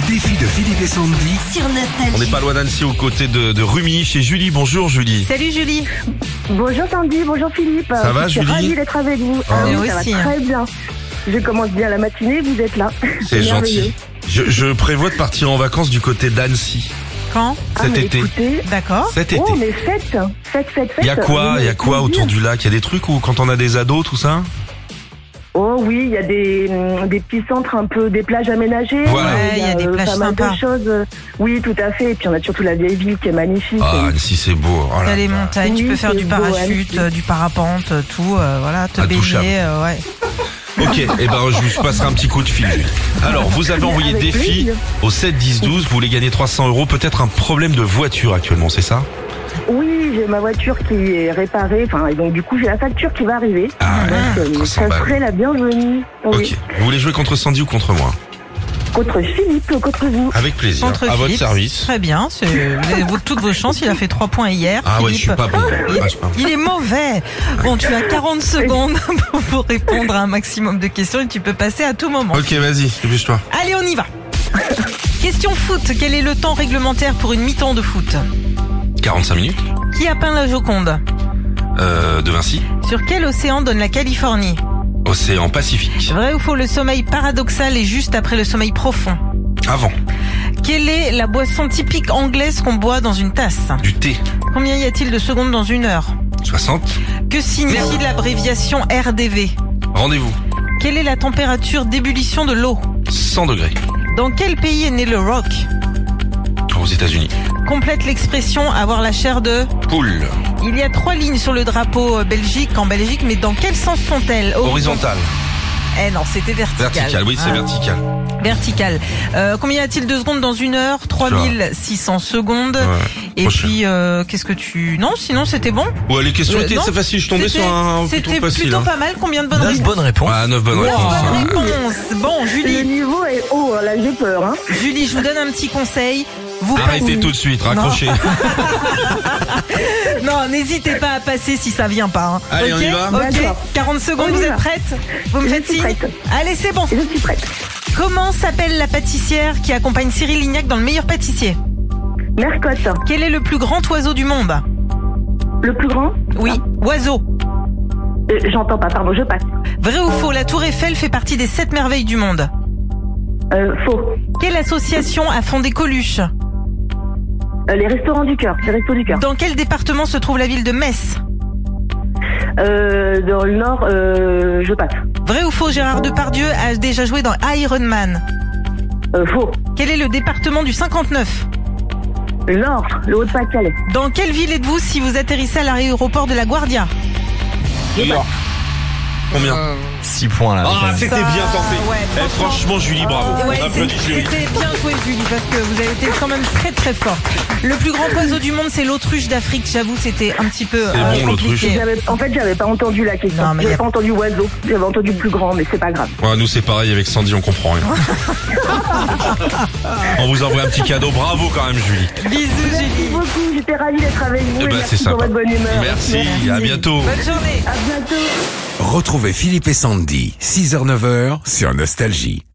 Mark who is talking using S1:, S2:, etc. S1: Philippe et Sandy.
S2: sur
S3: On n'est
S2: Nostalgie.
S3: pas loin d'Annecy, aux côtés de, de Rumi, chez Julie. Bonjour Julie.
S4: Salut Julie.
S5: Bonjour Sandy, bonjour Philippe.
S3: Ça va,
S5: Je suis
S3: Julie
S5: ravie d'être avec vous.
S3: Ah.
S5: oui,
S4: Moi
S5: ça
S4: aussi,
S5: va
S4: hein.
S5: très bien. Je commence bien la matinée, vous êtes là.
S3: C'est gentil. Je, je prévois de partir en vacances du côté d'Annecy
S4: Quand
S5: Ah,
S3: cet
S5: mais
S3: été.
S5: Écoutez,
S4: D'accord.
S3: Cet
S5: oh,
S3: été.
S5: mais faites, faites, faites, faites.
S3: Il y a quoi,
S5: Vous
S3: il y a
S5: me
S3: quoi
S5: faites
S3: autour du
S5: plaisir.
S3: lac Il y a des trucs où quand on a des ados, tout ça
S5: Oh oui, il y a des, hum, des petits centres un peu, des plages aménagées.
S3: Voilà.
S4: Ouais, il y a des
S5: euh,
S4: plages
S5: pas mal
S4: sympas.
S5: de choses. euh, Oui, tout à fait. Et puis on a surtout la vieille ville qui est magnifique.
S3: Ah, Annecy, c'est beau. Oh là
S4: T'as les
S3: là.
S4: montagnes, tu
S5: Oui,
S4: peux faire
S5: c'est
S4: du
S5: beau,
S4: parachute,
S5: Annecy.
S4: euh, du parapente, euh, tout, euh, voilà, te
S3: Intouchable.
S4: baigner, euh, ouais.
S3: Ok, et eh ben je vous passerai un petit coup de fil. Julie. Alors, vous avez envoyé
S5: Avec
S3: défi
S5: plaisir.
S3: au 7 10 12. Vous voulez gagner 300 euros. Peut-être un problème de voiture actuellement, c'est ça
S5: Oui, j'ai ma voiture qui est réparée. Enfin, et donc du coup, j'ai la facture qui va arriver.
S3: Ah ouais,
S5: donc, euh,
S3: 300
S5: ça
S3: balles.
S5: serait la bienvenue. Oui.
S3: Ok. Vous voulez jouer contre Sandy ou contre moi
S5: Contre Philippe, contre vous.
S3: Avec plaisir.
S4: Contre
S3: à votre
S4: Philippe,
S3: service.
S4: Très bien, c'est- vous avez vos- toutes vos chances, il a fait 3 points hier.
S3: Ah ouais, je suis
S4: Philippe.
S3: pas bon.
S4: Il,
S3: Ah, je suis pas bon.
S4: il est mauvais. Bon, tu as 40 secondes pour- pour répondre à un maximum de questions et tu peux passer à tout moment.
S3: Ok, vas-y, dépêche-toi.
S4: Allez, on y va. Question foot. Quel est le temps réglementaire pour une mi-temps de foot
S3: 45 minutes
S4: Qui a peint la Joconde
S3: euh, de Vinci.
S4: Sur quel océan donne la Californie
S3: Océan Pacifique.
S4: Vrai ou faux, le sommeil paradoxal est juste après le sommeil profond.
S3: Avant.
S4: Quelle est la boisson typique anglaise qu'on boit dans une tasse
S3: Du thé.
S4: Combien y a-t-il de secondes dans une heure
S3: 60.
S4: Que signifie l'abréviation RDV
S3: Rendez-vous.
S4: Quelle est la température d'ébullition de l'eau
S3: 100 degrés.
S4: Dans quel pays est né le rock
S3: Aux États-Unis.
S4: Complète l'expression avoir la chair de.
S3: Poule.
S4: Il y a trois lignes sur le drapeau euh, Belgique en Belgique, mais dans quel sens sont-elles
S3: Horizontale.
S4: Eh non, c'était vertical.
S3: Verticale. Oui, c'est
S4: Ah.
S3: vertical.
S4: Vertical. Euh, combien y a-t-il de secondes dans une heure 3600 secondes.
S3: Ouais.
S4: Et
S3: Prochain.
S4: puis, euh, qu'est-ce que tu... Non, sinon c'était bon.
S3: Ouais, les questions
S4: Euh,
S3: étaient
S4: non,
S3: c'est facile. Je tombais
S4: C'était-
S3: sur un
S4: C'était
S3: plutôt
S4: plutôt,
S3: facile. hein.
S4: pas mal. Combien de bonnes réponses
S6: bonne réponse.
S3: Ah, 9 bonnes réponses.
S4: Bonne
S3: hein.
S4: réponse. Bon,
S5: Le
S4: Julie,
S5: niveau est haut, hein, là j'ai peur. Hein.
S4: Julie, je vous donne un petit conseil. Vous
S3: Arrêtez tout de suite, raccrochez.
S4: Non, n'hésitez pas à passer si ça vient pas. hein.
S3: Allez, on
S4: Ok
S3: y va
S4: Ok,
S5: D'accord.
S4: 40 secondes,
S5: On y
S4: vous
S5: va.
S4: êtes prête Vous me
S5: Je
S4: faites
S5: suis
S4: signe
S5: prête.
S4: Allez, c'est bon.
S5: Je suis prête.
S4: Comment s'appelle la pâtissière qui accompagne Cyril Lignac dans Le Meilleur Pâtissier
S5: Mercotte,
S4: Quel est le plus grand oiseau du monde
S5: le plus grand
S4: Oui, oiseau.
S5: Euh, J'entends pas, pardon, je passe.
S4: Vrai ou faux, la Tour Eiffel fait partie des 7 merveilles du monde.
S5: Euh, faux.
S4: Quelle association a fondé Coluche
S5: Euh, les restaurants du cœur, les restos du cœur.
S4: Dans quel département se trouve la ville de Metz
S5: Euh, dans le nord, euh, je passe.
S4: Vrai ou faux, Gérard Depardieu a déjà joué dans Iron Man.
S5: Euh, faux.
S4: Quel est le département du 59
S5: Le nord, le Haut-de-Pas-de-Calais.
S4: Dans quelle ville êtes-vous si vous atterrissez à l'aéroport de la Guardia
S3: Combien
S6: 6 points là.
S3: Ah,
S6: Avec, euh,
S3: c'était bien tenté.
S4: Euh, ouais,
S3: Eh, franchement, Julie, bravo.
S4: Ouais, c'est-
S3: Applaudis, Julie.
S4: c'était bien joué Julie parce que vous avez été quand même très très fort. Le plus grand oiseau du monde c'est l'autruche d'Afrique, j'avoue c'était un petit peu
S3: C'est
S4: euh,
S3: bon, l'autruche.
S4: compliqué.
S5: J'avais- En fait, j'avais pas entendu la
S4: Non,
S5: question.
S4: mais y a-
S5: J'avais pas entendu oiseau. J'avais entendu plus grand, mais c'est pas grave.
S3: Ouais, nous, c'est pareil avec Sandy, on comprend rien. on vous envoie un petit cadeau. Bravo quand même, Julie.
S4: Bisous
S5: Merci
S4: Julie.
S5: beaucoup, j'étais ravie d'être avec vous.
S3: Eh
S5: et
S3: ben, c'est
S5: merci pour
S3: sympa.
S5: votre bonne humeur.
S3: Merci, à bientôt.
S4: Bonne journée.
S5: À bientôt.
S1: Retrouvez Philippe et Sandy, 6h-9h sur Nostalgie.